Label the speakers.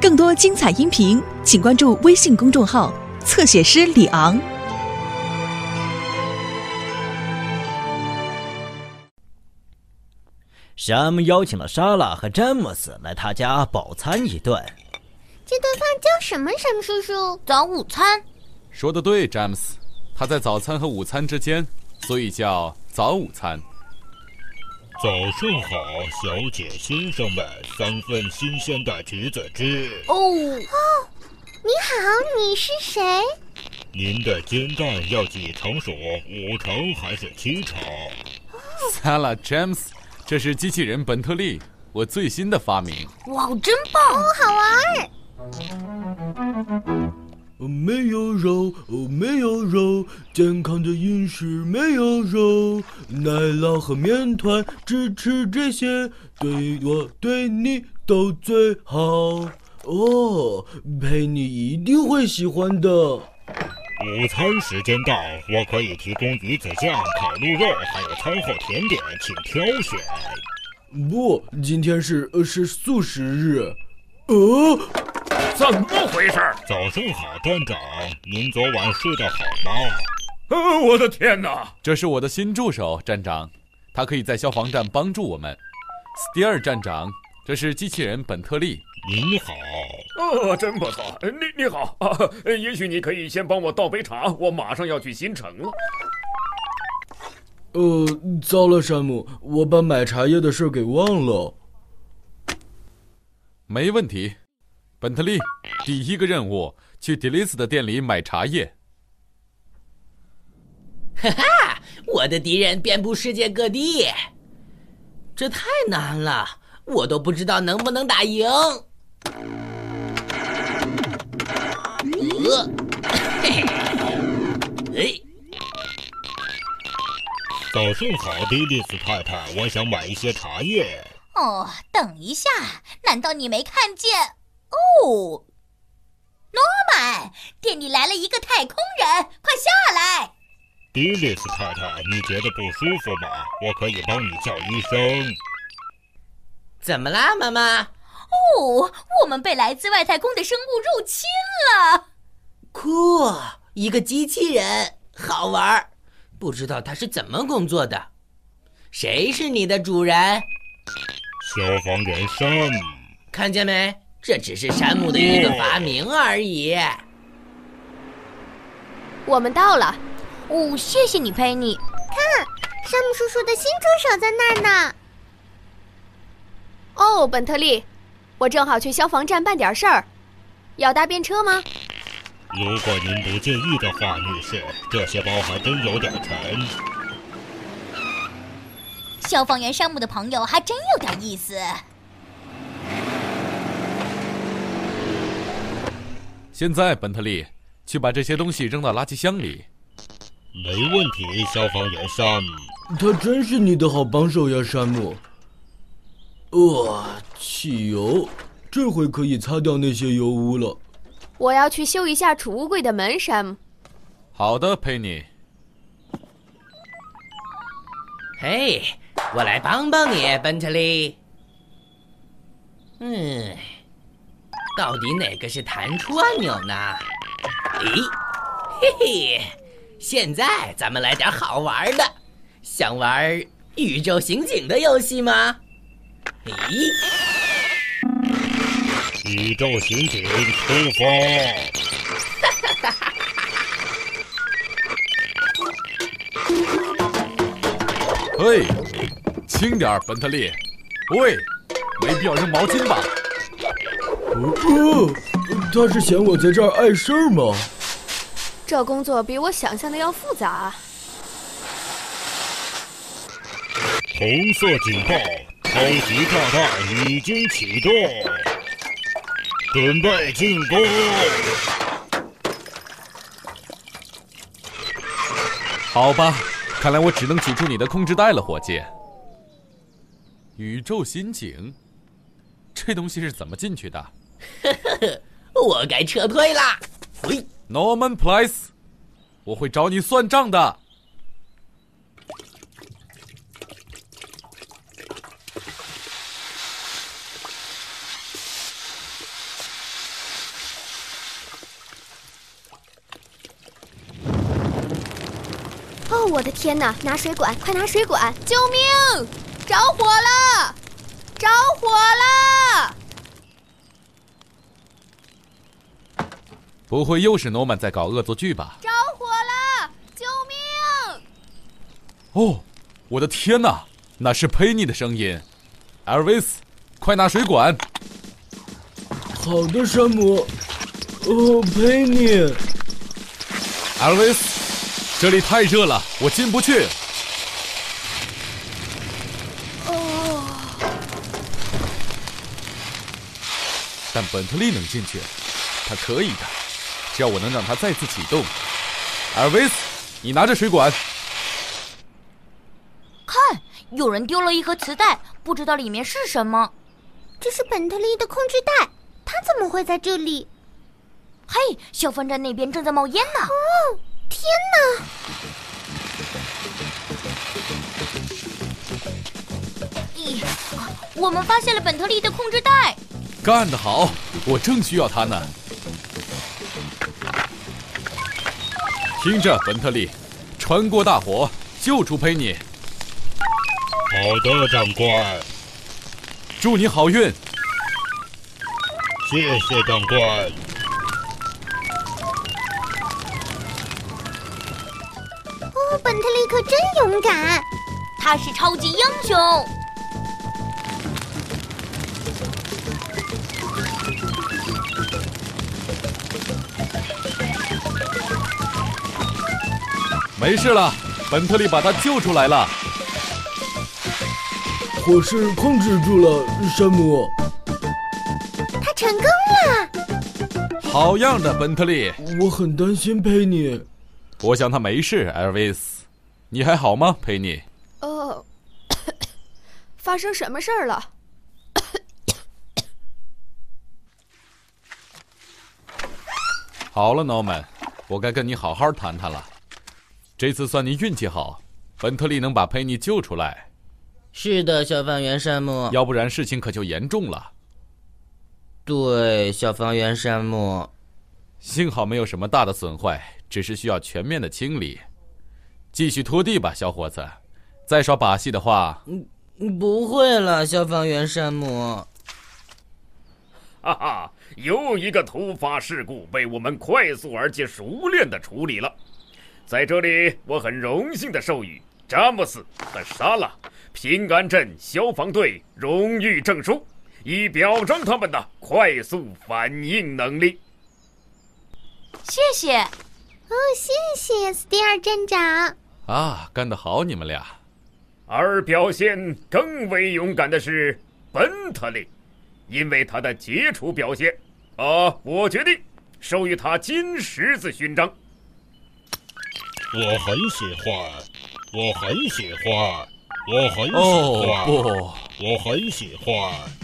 Speaker 1: 更多精彩音频，请关注微信公众号“侧写师李昂
Speaker 2: 山姆邀请了莎拉和詹姆斯来他家饱餐一顿。
Speaker 3: 这顿饭叫什么？山姆叔叔，早午餐。
Speaker 4: 说的对，詹姆斯，它在早餐和午餐之间，所以叫早午餐。
Speaker 5: 早上好，小姐先生们，三份新鲜的橘子汁，
Speaker 3: 哦，你好，你是谁？
Speaker 5: 您的煎蛋要几成熟？五成还是七成？
Speaker 4: 萨拉·詹姆斯，这是机器人本特利，我最新的发明。
Speaker 3: 哇，真棒！哦，好玩。
Speaker 6: 没有肉，哦没有肉，健康的饮食没有肉，奶酪和面团只吃这些，对我对你都最好。哦，佩妮一定会喜欢的。
Speaker 5: 午餐时间到，我可以提供鱼子酱、烤鹿肉，还有餐后甜点，请挑选。
Speaker 6: 不，今天是呃是素食日。哦，
Speaker 7: 怎么回事？
Speaker 5: 早上好，站长，您昨晚睡得好吗？
Speaker 7: 呃， 我的天哪！
Speaker 4: 这是我的新助手站长，他可以在消防站帮助我们。斯蒂尔站长，这是机器人本特利。
Speaker 5: 您好，
Speaker 7: 哦，真不错。呃你你好啊，呃也许你可以先帮我倒杯茶，我马上要去新城了。
Speaker 6: 呃，糟了，山姆，我把买茶叶的事儿给忘了。
Speaker 4: 没问题。本特利，第一个任务，去迪丽斯的店里买茶叶。
Speaker 8: 我的敌人遍布世界各地，这太难了，我都不知道能不能打赢。呃， 哎嘿，
Speaker 5: 早上好，莉莉丝太太，我想买一些茶叶。
Speaker 9: 哦，等一下，难道你没看见？哦，诺曼，店里来了一个太空人，快下来！
Speaker 5: 迪丽斯太太，你觉得不舒服吗？我可以帮你叫医生。
Speaker 8: 怎么啦，妈妈？
Speaker 9: 哦，我们被来自外太空的生物入侵了。
Speaker 8: 酷，一个机器人，好玩儿。不知道他是怎么工作的？谁是你的主人？
Speaker 5: 消防员山姆，
Speaker 8: 看见没？这只是山姆的一个发明而已。
Speaker 10: 我们到了，哦，谢谢你，佩妮。
Speaker 3: 山姆叔叔的新助手在那儿呢。
Speaker 10: 哦，本特利，我正好去消防站办点事儿，要搭便车吗？
Speaker 5: 如果您不介意的话，女士，这些包还真有点沉。
Speaker 9: 消防员山姆的朋友还真有点意思。
Speaker 4: 现在，本特利，去把这些东西扔到垃圾箱里。
Speaker 5: 没问题，消防员山姆。
Speaker 6: 他真是你的好帮手呀，山姆。呃，汽油，这回可以擦掉那些油污了。
Speaker 10: 我要去修一下储物柜的门，山姆。
Speaker 4: 好的，佩妮。
Speaker 8: 嘿，我来帮帮你，本特利。嗯，到底哪个是弹出按钮呢？咦，嘿嘿，现在咱们来点好玩的，想玩宇宙刑警的游戏吗？咦，
Speaker 5: 宇宙刑警出发！
Speaker 4: 嘿，轻点儿，本特利。喂，没必要扔毛巾吧？
Speaker 6: 哦，他是嫌我在这儿碍事儿吗？
Speaker 10: 这工作比我想象的要复杂。
Speaker 5: 红色警报，超级炸弹已经启动，准备进攻。
Speaker 4: 好吧，看来我只能取出你的控制带了，伙计。宇宙刑警，这东西是怎么进去的
Speaker 8: 我该撤退啦！喂，
Speaker 4: ？Norman Place，我会找你算账的。
Speaker 10: 哦，我的天哪！拿水管，快拿水管！救命！着火了！着火了！
Speaker 4: 不会又是诺曼在搞恶作剧吧？
Speaker 10: 着火了！救命！
Speaker 4: 哦，我的天哪，那是佩妮的声音。艾维斯，快拿水管！
Speaker 6: 好的，山姆。哦，佩妮。
Speaker 4: 艾维斯，这里太热了，我进不去。但本特利能进去，他可以的，只要我能让他再次启动。艾维斯，你拿着水管。
Speaker 9: 看，有人丢了一盒磁带，不知道里面是什么。
Speaker 3: 这是本特利的控制带，他怎么会在这里？
Speaker 9: 嘿，消防站那边正在冒烟呢。
Speaker 3: 哦，天哪！
Speaker 9: 咦，我们发现了本特利的控制带。
Speaker 4: 干得好！我正需要它呢。听着，本特利，穿过大火，救出佩妮。
Speaker 5: 好的，长官，
Speaker 4: 祝你好运。
Speaker 5: 谢谢长官。
Speaker 3: 哦，本特利可真勇敢。
Speaker 9: 他是超级英雄。
Speaker 4: 没事了，本特利把他救出来了。
Speaker 6: 火势控制住了，山姆。
Speaker 3: 他成功了。
Speaker 4: 好样的，本特利！
Speaker 6: 我很担心佩妮。
Speaker 4: 我想他没事，艾维斯。你还好吗，佩妮？
Speaker 10: 哦，发生什么事儿了？
Speaker 4: 好了，诺曼，我该跟你好好谈谈了。这次算你运气好，本特利能把佩妮救出来。
Speaker 11: 是的，消防员山姆。
Speaker 4: 要不然事情可就严重了。
Speaker 11: 对，消防员山姆。
Speaker 4: 幸好没有什么大的损坏，只是需要全面的清理。继续拖地吧，小伙子。再耍把戏的话，
Speaker 11: 嗯，不会了，消防员山姆。
Speaker 7: 哈啊哈，又一个突发事故被我们快速而且熟练的处理了。在这里，我很荣幸的授予詹姆斯和莎拉。平安镇消防队荣誉证书，以表彰他们的快速反应能力。
Speaker 9: 谢谢，
Speaker 3: 哦，谢谢斯蒂尔站长。
Speaker 4: 啊，干得好，你们俩！
Speaker 7: 而表现更为勇敢的是本特利，因为他的杰出表现，啊，我决定授予他金十字勋章。
Speaker 5: 我很喜欢，我很喜欢。我很喜欢，
Speaker 4: 哦、
Speaker 5: 我很喜欢。